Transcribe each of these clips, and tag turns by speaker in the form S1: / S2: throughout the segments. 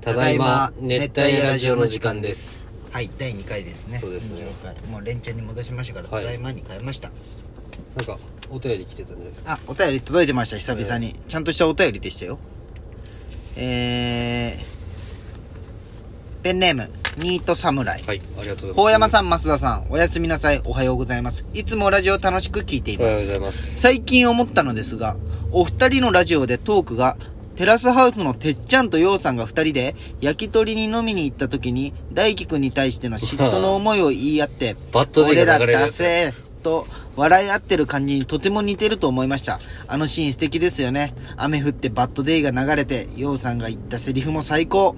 S1: ただいま熱帯夜ラジオの時間です
S2: はい第2回ですね
S1: そうですね
S2: 26回もう連チャンに戻しましたから
S1: は
S2: た
S1: い
S2: だいまに変えました、
S1: なんかお便り来てたんじゃないですか
S2: あお便り届いてました久々に、ちゃんとしたお便りでしたよえー、ペンネームニート侍
S1: はいありがとうございます
S2: 高山
S1: ん
S2: さん増田さんおやすみなさいおはようございますいつもラジオ楽しく聞いてい
S1: おは
S2: ま
S1: ようござ
S2: す
S1: います
S2: 最近思ったのですがお二人のラジオでトークがテラスハウスのてっちゃんとようさんが二人で焼き鳥に飲みに行った時に大輝くんに対しての嫉妬の思いを言い合って
S1: バッドデ
S2: 俺
S1: イが
S2: ら
S1: 流れるや
S2: 出
S1: つ
S2: せと笑い合ってる感じにとても似てると思いましたあのシーン素敵ですよね雨降ってバッドデイが流れてようさんが言ったセリフも最高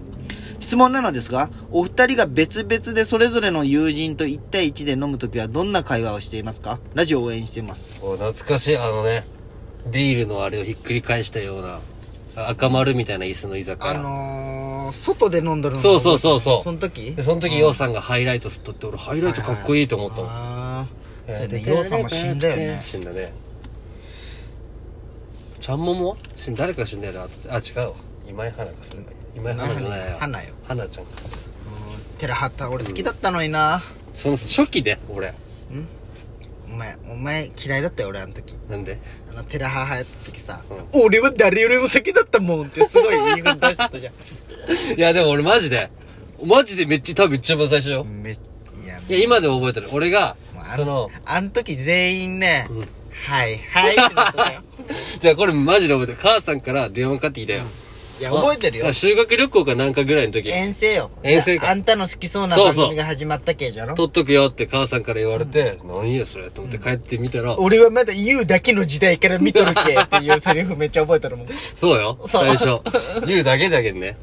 S2: 質問なのですがお二人が別々でそれぞれの友人と1対1で飲む時はどんな会話をしていますかラジオ応援してます
S1: お懐かしいあのねビールのあれをひっくり返したようなあ赤丸みたいな椅子の居酒
S2: あ
S1: 屋
S2: のー、外で飲んどるの
S1: そうそうそうそう
S2: その時
S1: でその時ようさんがハイライト吸っとって俺ハイライトかっこいいと思ったもん
S2: ああ
S1: え
S2: そ
S1: ー
S2: れでようさんも死んだ よね
S1: 死んだねちゃんもも死ん誰か死んだよなあ違うわ今井花かそれ今井花じゃないや
S2: 花よ
S1: 花ちゃん
S2: うん寺畑俺好きだったのにな、
S1: その初期で俺
S2: お前お前嫌いだったよ俺あの時
S1: なんで
S2: あの寺母やった時さ、俺は誰よりも先だったもんってすごい言い分出してた じゃ
S1: いやでも俺マジでマジでめっちゃ多分一番最初よ、
S2: んめっいや
S1: いや今でも覚えてる俺が
S2: もうあ
S1: その
S2: あの時全員ね、
S1: うん
S2: はいはいってなっ たよ
S1: じゃあこれマジで覚えてる母さんから電話かかってきたよ、
S2: いや覚えてるよ
S1: あ修学旅行かなんかぐらいの時
S2: 遠征よ
S1: 遠征か
S2: あんたの好きそうな
S1: そう
S2: 番
S1: そう
S2: 組が始まったけじゃろ
S1: 取っとくよって母さんから言われて、何やそれと思って帰ってみたら、
S2: 俺はまだ言うだけの時代から見とるけっていうセリフめっちゃ覚えてる もん
S1: そうよ。
S2: そ
S1: 最
S2: う
S1: 初。言うだけだけどね。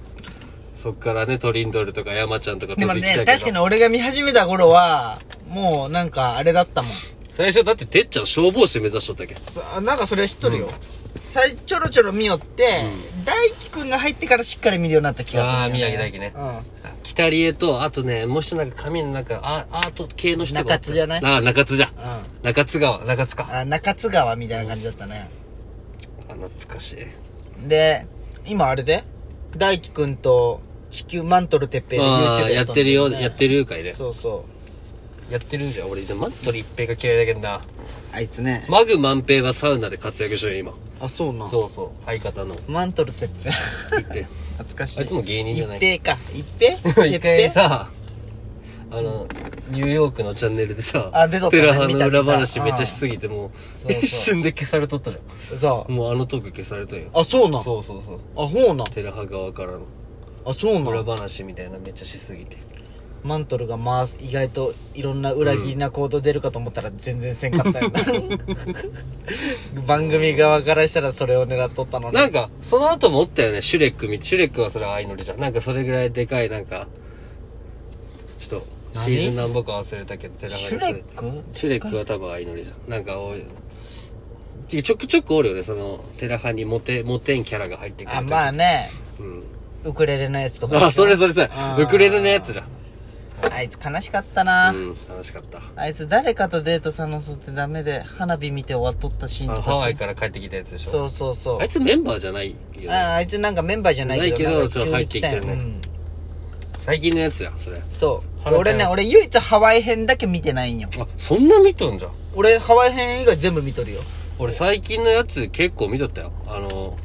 S1: そっからね、トリンドルとか山ちゃんとか
S2: で
S1: 飛
S2: も
S1: びてきた
S2: ね
S1: けど。
S2: 確かに俺が見始めた頃はもうなんかあれだったもん
S1: 最初だっててっちゃん消防士目指しとったっけ。
S2: そあなんかそれは知っとるよ、さいちょろちょろ見よって、大輝くんが入ってからしっかり見るようになった気がするんだよ、
S1: あー宮城大輝
S2: ね
S1: 北里江と、あとね、もう一人なんか髪のなんか、あアート系の人が。
S2: 中津じゃない
S1: ああ、中津じゃ。
S2: うん、うん、
S1: 中津川、中津か。
S2: あ中津川みたいな感じだったね、
S1: あ、懐かしい。
S2: で今あれで大輝くんと地球マントルてっぺいで
S1: ああ
S2: YouTube
S1: や
S2: っ
S1: っ
S2: とんだ
S1: てるよ、
S2: ね
S1: やってるよかいね。
S2: そうそう
S1: やってるじゃん。俺、でもマントリ一平が嫌いだけどな。
S2: あいつね
S1: マグ万平はサウナで活躍してるよ、今。
S2: あそうな
S1: そうそう。相方の
S2: マントルてっぺい
S1: 一平。
S2: 懐かしい
S1: あいつも芸人じゃない
S2: 一平か一平
S1: 一回さあのニューヨークのチャンネルでさ
S2: あ出とった
S1: テ
S2: ね
S1: ラハの
S2: 見た見た
S1: 裏話めっちゃしすぎてもう
S2: そうそう
S1: 一瞬で消されとったじゃ
S2: そ
S1: んもうあのトーク消されたよ
S2: うあそうな
S1: そうそうそう
S2: あそうな
S1: テラハ側からの
S2: あそうな
S1: 裏話みたいなめっちゃしすぎて
S2: マントルが回す意外といろんな裏切りな行動出るかと思ったら全然せんかったよな 番組側からしたらそれを狙っとったの
S1: なん
S2: ね
S1: かその後もおったよねシュレックみシュレックはそれは相乗りじゃんなんかそれぐらいでかいなんかちょっと
S2: 何
S1: シーズン何本か忘れたけどテラハ
S2: シュレック
S1: シュレックは多分相乗りじゃんなんか多いちょくちょくおるよねそのテラハにモテモテんキャラが入ってくる
S2: あまあね
S1: うん
S2: ウクレレのやつとか
S1: あ、それそれそれ
S2: あ。ー
S1: ウクレレのやつじ
S2: あいつ悲しかった
S1: ゃ
S2: な、
S1: ん。うん、楽しかった。
S2: あいつ誰かとデートさのそってダメで花火見て終わっとったシーン
S1: あ
S2: と
S1: の、
S2: か
S1: ハワイ
S2: さ
S1: から帰ってきたやつでしょ。
S2: そうそうそう
S1: あいつメンバーじゃないよね。
S2: ああいつなんかメンバーじゃないけど
S1: ないけどちょっ
S2: んか急に来
S1: と入ってきたよね
S2: うん
S1: 最近のやつや、それ。
S2: そう
S1: 花ちゃん
S2: 俺ね俺唯一ハワイ編だけ見てないんよ
S1: あ、そんな見とんじゃん。
S2: 俺ハワイ編以外全部見とるよ
S1: 俺最近のやつ結構見とったよ。あの、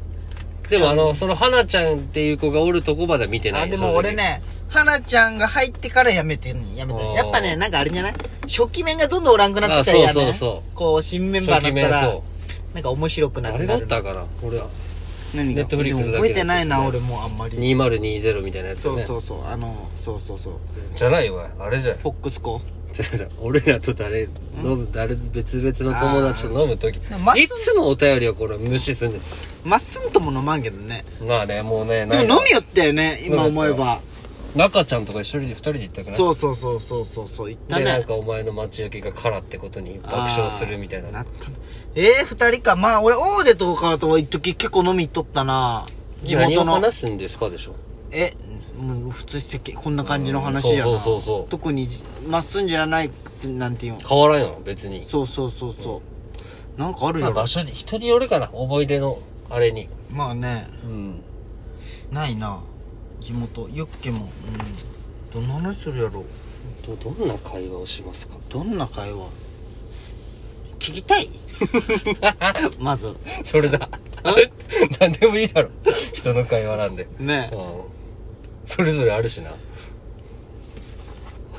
S1: でもあの、その、花ちゃんっていう子がおるとこまで見てない。
S2: あでも俺ね花ちゃんが入ってからやめてんねんやめてん
S1: あー
S2: やっぱねなんかあれじゃない初期面がどんどんおらんくなってきたら
S1: あ
S2: や
S1: そう
S2: ね
S1: そうそ
S2: こう新メン
S1: 正
S2: バ
S1: 直。初期
S2: ーにな
S1: 面
S2: ったら
S1: そ
S2: なんか面白く
S1: う。
S2: な
S1: あ
S2: く
S1: れだ
S2: な
S1: っ
S2: る
S1: たから、俺は。
S2: 何
S1: が Netflix
S2: でも
S1: だ
S2: 覚
S1: け
S2: えてないな俺もうあんまり、
S1: 2020みたいなやつ
S2: そ
S1: ね。
S2: うそうそうあのそうそうそう
S1: じゃないよ、お前あれじゃん。
S2: フォックスコ
S1: 違う違う俺らと誰飲む誰別々の友達と飲む時い
S2: ーまっすぐ
S1: つもお便りをこれ無視すんね
S2: まっすんとも飲まんけどね
S1: んまあねもうね
S2: でも
S1: ない
S2: 飲みよったよね今思えば
S1: 中ちゃんとか一人で二人で行ったから
S2: そうそうそうそうそうそう言った
S1: でなん
S2: ね
S1: かお前の待ち受けがカラってことに爆笑するみたいな
S2: なったねえー、二人かまあ俺オーデとかとは一時結構飲み行っとったな地
S1: 何
S2: 元
S1: を
S2: の
S1: 話すんですかでしょ
S2: えもう普通世間こんな感じの話やな、
S1: うんそうそうそうそう
S2: 特にまっすんじゃないってなんていうの
S1: 変わらんよ別に
S2: そうそうそうそう、なんかある
S1: ま
S2: よ
S1: あ場所に人によるかな思い出のあれに
S2: まあね
S1: うん
S2: ないな地元ユッケも、うん、どんな話するやろう
S1: どどんな会話をしますか
S2: どんな会話聞きたいまず
S1: それだ 何でもいいだろ人の会話なんで
S2: ね
S1: うんそれぞれあるしな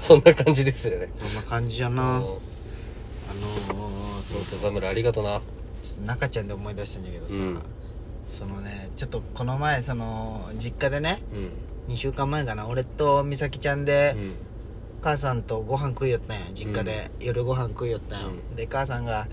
S1: そんな感じですよね
S2: そんな感じや
S1: う
S2: なあ
S1: ん
S2: のー、そうそう
S1: 笹村ありがとな
S2: ちょっと中ちゃんで思い出したんだけどさ、
S1: うん
S2: そのねちょっとこの前その実家でね
S1: うん
S2: 2週間前かな俺と美咲ちゃんで、母さんとご飯食いよったんや実家で、夜ご飯食いよったんや、
S1: うん
S2: で母さんが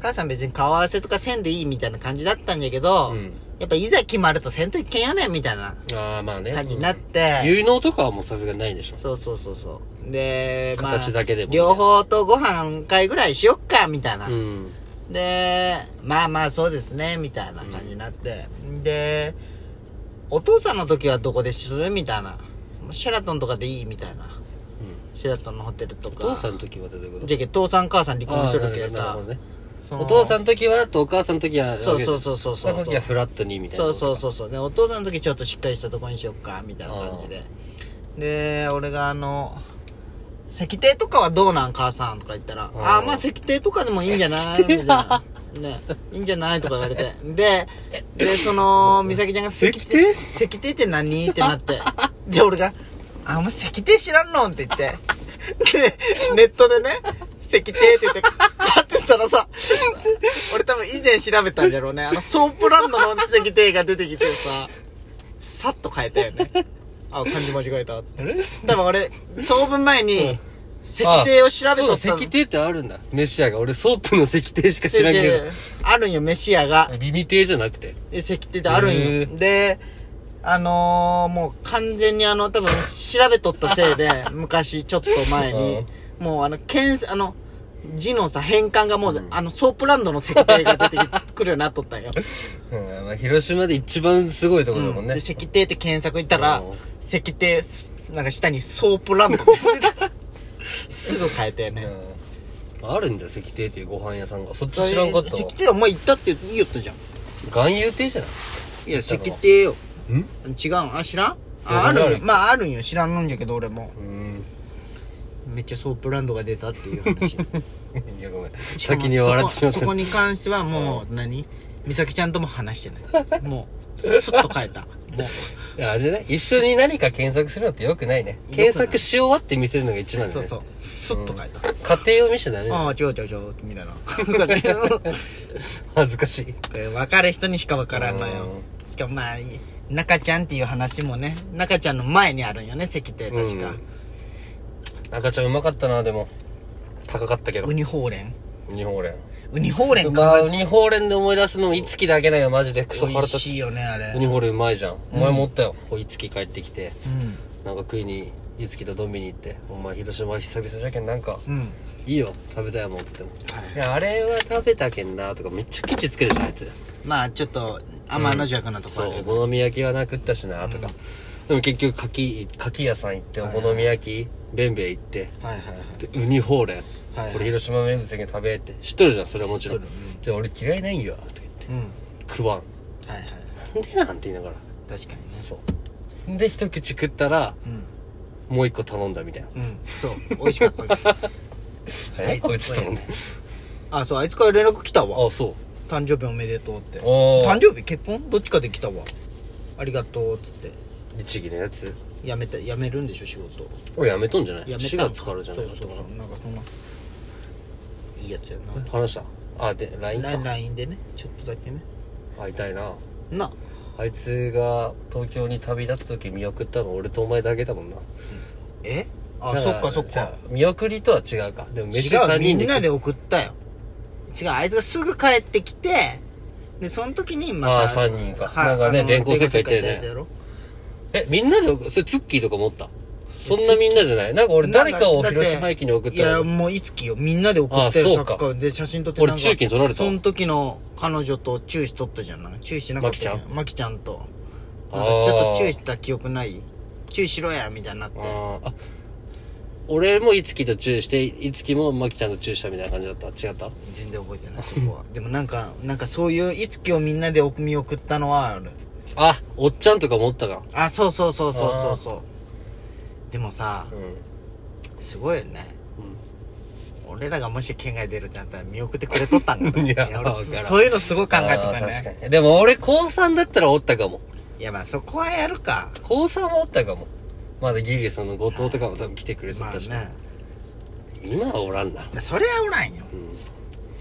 S2: 母さん別に顔合わせとかせんでいいみたいな感じだったんやけど、
S1: うん、うん、
S2: やっぱいざ決まるとせんといけんやねんみたいな
S1: ああまあね
S2: 感じになって、
S1: 有能とかはもうさすがにないんでしょ
S2: そうそうそうそうでまあ
S1: 形だけでもね
S2: 両方とご飯会ぐらいしよっかみたいな、
S1: うん
S2: でまあまあそうですねみたいな感じになって、でお父さんの時はどこでするみたいなシェラトンとかでいいみたいなシェラトンのホテルと
S1: お
S2: か
S1: 父さんの時はどういうこと
S2: じゃけ父さん母さん離婚する時は
S1: あーな
S2: さ
S1: るほどね
S2: その
S1: お父さんの時はとお母さんの時は
S2: そうそうそうそう
S1: お
S2: そ
S1: 母さ
S2: う
S1: んの時
S2: そ
S1: は
S2: う
S1: フラットにみたいな
S2: そうそうそうそうでお父さんの時ちょっとしっかりしたとこにしよっかみたいな感じでで俺があの石庭とかはどうなん母さんとか言ったら、
S1: ー
S2: ああ、まあ石庭とかでもいいんじゃないみたいな。ね、いいんじゃないとか言われて。で、で、その、 美咲ちゃんが石庭石庭って何ってなって。で、俺が、あ、お前石庭知らんのって言って。で、ネットでね、石庭って言って、パって言ったらさ、 俺多分以前調べたんじゃろうね。あの、ソープランドの石庭が出てきてさ、さっと変えた よね。あ、漢字間違えた、つって。多分俺、当分前に、石庭を調べとった
S1: そうだ石庭ってあるんだメシアが俺ソープの石庭しか知らんけど
S2: あるんよ、飯屋が。
S1: ビビ亭じゃなくて
S2: 石庭ってあるん
S1: へ
S2: よ。で、あのー、もう完全にあの、多分調べとったせい で、昔、ちょっと前に、もうあの、検査、あの、字のさ、変換がもう、あの、ソープランドの石庭が出てくるようになっとったんよ。
S1: うんまあ広島で一番すごいところだもんね
S2: で、石庭って検索行ったら
S1: うん、
S2: 石庭、すなんか下にソープランドって出てた すぐ変えたよね。
S1: うんあるんだよ石庭っていうご飯屋さんがそっち知らんかったわ
S2: 石庭お前行ったって言ったじゃん。
S1: 含有亭じゃない
S2: いや、
S1: 行
S2: 石
S1: ったの
S2: 庭よ。
S1: ん
S2: 違うんあ、知らん
S1: や
S2: あ、ある
S1: 俺
S2: んよ
S1: ある
S2: まあ、あるんよ。知らんのんじゃけど、俺も。
S1: うん
S2: めっちゃソープランドが出たっていう話。
S1: いやごめん 先に笑ってしまった
S2: そこそこに関してはもう、何美咲ちゃんとも話して ない。もう、スッと変えた。も
S1: い
S2: う、
S1: やあれじゃない一緒に何か検索するのってよくないね検索し終わって見せるのが一番だ
S2: そう
S1: ね
S2: そう。スッと変えた。
S1: 家庭を見せちゃダメだよ
S2: ああ、違う違う違う、みたいな。こ
S1: 恥ずかしい
S2: れ分かる人にしか分からんのよ。しかもまあ、中ちゃんっていう話もね、中ちゃんの前にあるんよね、石庭確か。
S1: 赤ちゃんうまかったなでも高かったけど
S2: ウニほうれん。
S1: 日本連
S2: ウニほうれん
S1: ま
S2: か
S1: あウニホーレンで思い出すのもいつきだけだよマジでクソ
S2: 美
S1: 腹
S2: 味
S1: 立つ
S2: しいよね、あれ。
S1: ウニホーレンうまいじゃんお前持ったよこういつき帰ってきて
S2: う
S1: なんか食いにいつきとドンビに行って「お前広島久々じゃけんなんか
S2: ん。うん。
S1: いいよ食べたいもん」っつっても
S2: はい
S1: 「いやあれは食べたけんな」とかめっちゃケチつけるじゃんあいつ
S2: まあちょっと天の弱なとこ
S1: そ
S2: ろ
S1: う
S2: で、
S1: お好み焼きはな食ったしなとか、でも結局かきかき屋さん行ってお好み焼きべんべい行って
S2: はいはいはい
S1: でウニほうれん、
S2: はいはい
S1: これ広島名物だけど食べって知っとるじゃんそれはもちろん
S2: 知っとる
S1: で俺嫌いないんよとか言って
S2: うん
S1: 食わん
S2: はいはい
S1: なんでなんて言いなが
S2: 確かにね
S1: らそうで一口食ったら
S2: う
S1: もう一個頼んだみたいなん
S2: うんそう美味しかったです
S1: え、
S2: はい
S1: こいつ頼んで
S2: あそうあいつから連絡来たわ
S1: あそう
S2: 誕生日おめでとうって
S1: おー
S2: 誕生日結婚どっちかで来たわありがとうっつって
S1: 律儀のやつ
S2: 辞めた辞めるんでしょ仕事
S1: 俺やめとんじゃない
S2: 辞め
S1: 4
S2: たん
S1: 月からじゃない
S2: そうそう
S1: だ
S2: そ
S1: か
S2: うなんかそんないいやつや
S1: ら話したあで LINE
S2: な
S1: か
S2: LINE でねちょっとだけね
S1: 会いたいな
S2: な
S1: あいつが東京に旅立つ時見送ったの俺とお前だけだもんな
S2: えあ
S1: だ
S2: そ
S1: ら
S2: っかそっ
S1: じゃ
S2: か
S1: あ見送りとは違うかでも飯
S2: 違
S1: 3
S2: うみ
S1: 人で
S2: んなで送ったよ違うあいつがすぐ帰ってきてでその時にまた
S1: あー三人か
S2: はい
S1: なんかね
S2: あの
S1: 電光石火行ったよね
S2: 電光石火行ったやつやろ
S1: えみんなで送それツッキーとか持ったそんなみんなじゃないなんか俺誰かを
S2: なんだって
S1: 広島駅に送っ
S2: いや
S1: たの
S2: もういつきよみんなで送ったよ
S1: あー
S2: サ
S1: そうか
S2: ッカーで写真撮って
S1: 俺
S2: なんか
S1: 中継撮られたわ
S2: その時の彼女とチューしとったじゃんなんかチューしてなかったよね
S1: マ
S2: マキちゃんと
S1: あ
S2: な
S1: ー
S2: んかちょっとチューした記憶ないチューしろやみたいになって
S1: あーあ俺もいつきとチューしていつきもまきちゃんとチューしたみたいな感じだった違った
S2: 全然覚えてないそこはでもなんかなんかそういういつきをみんなで見送ったのはある
S1: あ、おっちゃんとかもおったか。
S2: あ、そうそうそうそうそうそう。でもさ、
S1: う
S2: すごいよね。俺らがもし県外出るってなったら見送ってくれとったんだ
S1: いや
S2: 俺
S1: わからん
S2: そういうのすごい考えてた
S1: あー
S2: ね。
S1: 確かに。でも俺、高3だったらおったかも。
S2: いや、まあそこはやるか。
S1: 高3はおったかも。まだギリその後藤とかも多分来てくれて
S2: まあ
S1: たし。
S2: ね。
S1: 今はおらんな。
S2: それはおらんよ。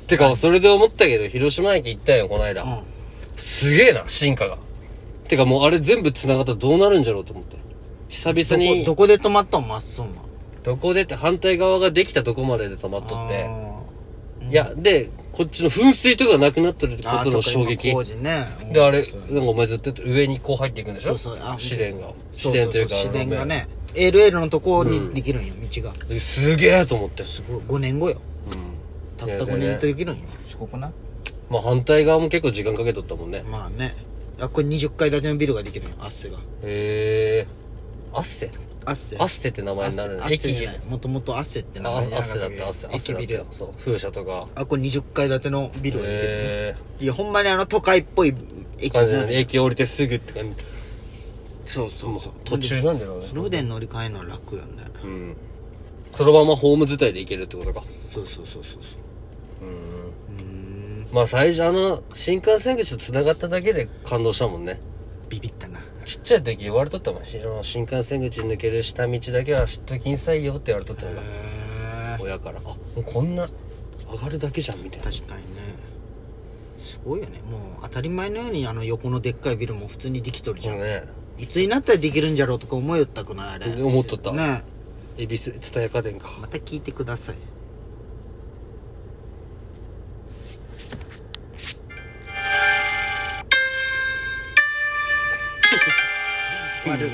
S1: てか、それで思ったけど、広島駅行ったよ、この間。
S2: うん。
S1: すげえな、進化が。てかもうあれ全部繋がったらどうなるんじゃろうと思って。久
S2: ど
S1: 々
S2: こ、
S1: に、
S2: ど
S1: どこ
S2: こで止まったんまっすんの。
S1: でって反対側ができたとこまでで止まっとって。
S2: あー。
S1: いや、で、こっちの噴水とかなくなってるってこ
S2: あー
S1: との
S2: そっ
S1: 衝
S2: か
S1: 撃
S2: 今。工事ね。うん
S1: で、あれ
S2: そう、
S1: なんかお前ずっと言って上にこう入っていくんでしょ
S2: そうそうあ
S1: 試練が。試
S2: そう
S1: 練
S2: そう
S1: と
S2: そ
S1: いう
S2: う、
S1: か、
S2: 市電が
S1: あ
S2: ね。LL のとこにできるんよ、道が。
S1: の。すげえと思って。
S2: すごい。5年後よ。たった5年とできるんよ。すごくない
S1: まあ反対側も結構時間かけとったもんね。
S2: まあね。あ、これ20階建てのビルができるんよ、アッセが。
S1: へえ。アッセ
S2: アッセ。
S1: アッセって名前になる
S2: ア
S1: の
S2: ッセ
S1: 駅
S2: じゃないもともとアッセって名
S1: あア
S2: 前じ
S1: ッ
S2: ゃなか
S1: セ
S2: っ
S1: だ
S2: た
S1: っ
S2: け
S1: た、
S2: ど
S1: アッセ、アッセ
S2: 駅
S1: だっ
S2: ビ
S1: た
S2: ル
S1: よ。そう、風車とか。
S2: あこれ20階建てのビルができるね
S1: へ
S2: いやほんまにあの都会っぽい
S1: え。
S2: 駅
S1: 感じ
S2: じ
S1: だ
S2: ゃ
S1: ね。駅降りてすぐって感じ。
S2: そうそうそう
S1: 途中なんだろうね。
S2: ロで乗り換えるのは楽よね
S1: うん。そのままホーム自体で行けるってことか。
S2: そうそうそうそうそううん
S1: まあ最初、あの、新幹線口と繋がっただけで感動したもんね。
S2: ビビったな
S1: ちっちゃい時言われとったもん。しあの新幹線口抜ける下道だけは知っときんさいよって言われとったのが、
S2: へ
S1: 親から。あ、もうこんな、上がるだけじゃん、みたいな。
S2: 確かにねすごいよねもう当たり前のようにあの横のでっかいビルも普通にできとるじゃ、
S1: そうんね。
S2: いつになったらできるんじゃろうとか思いよったくないあれ
S1: 思っとった
S2: ね
S1: 恵比寿、蔦屋家電か。
S2: また聞いてください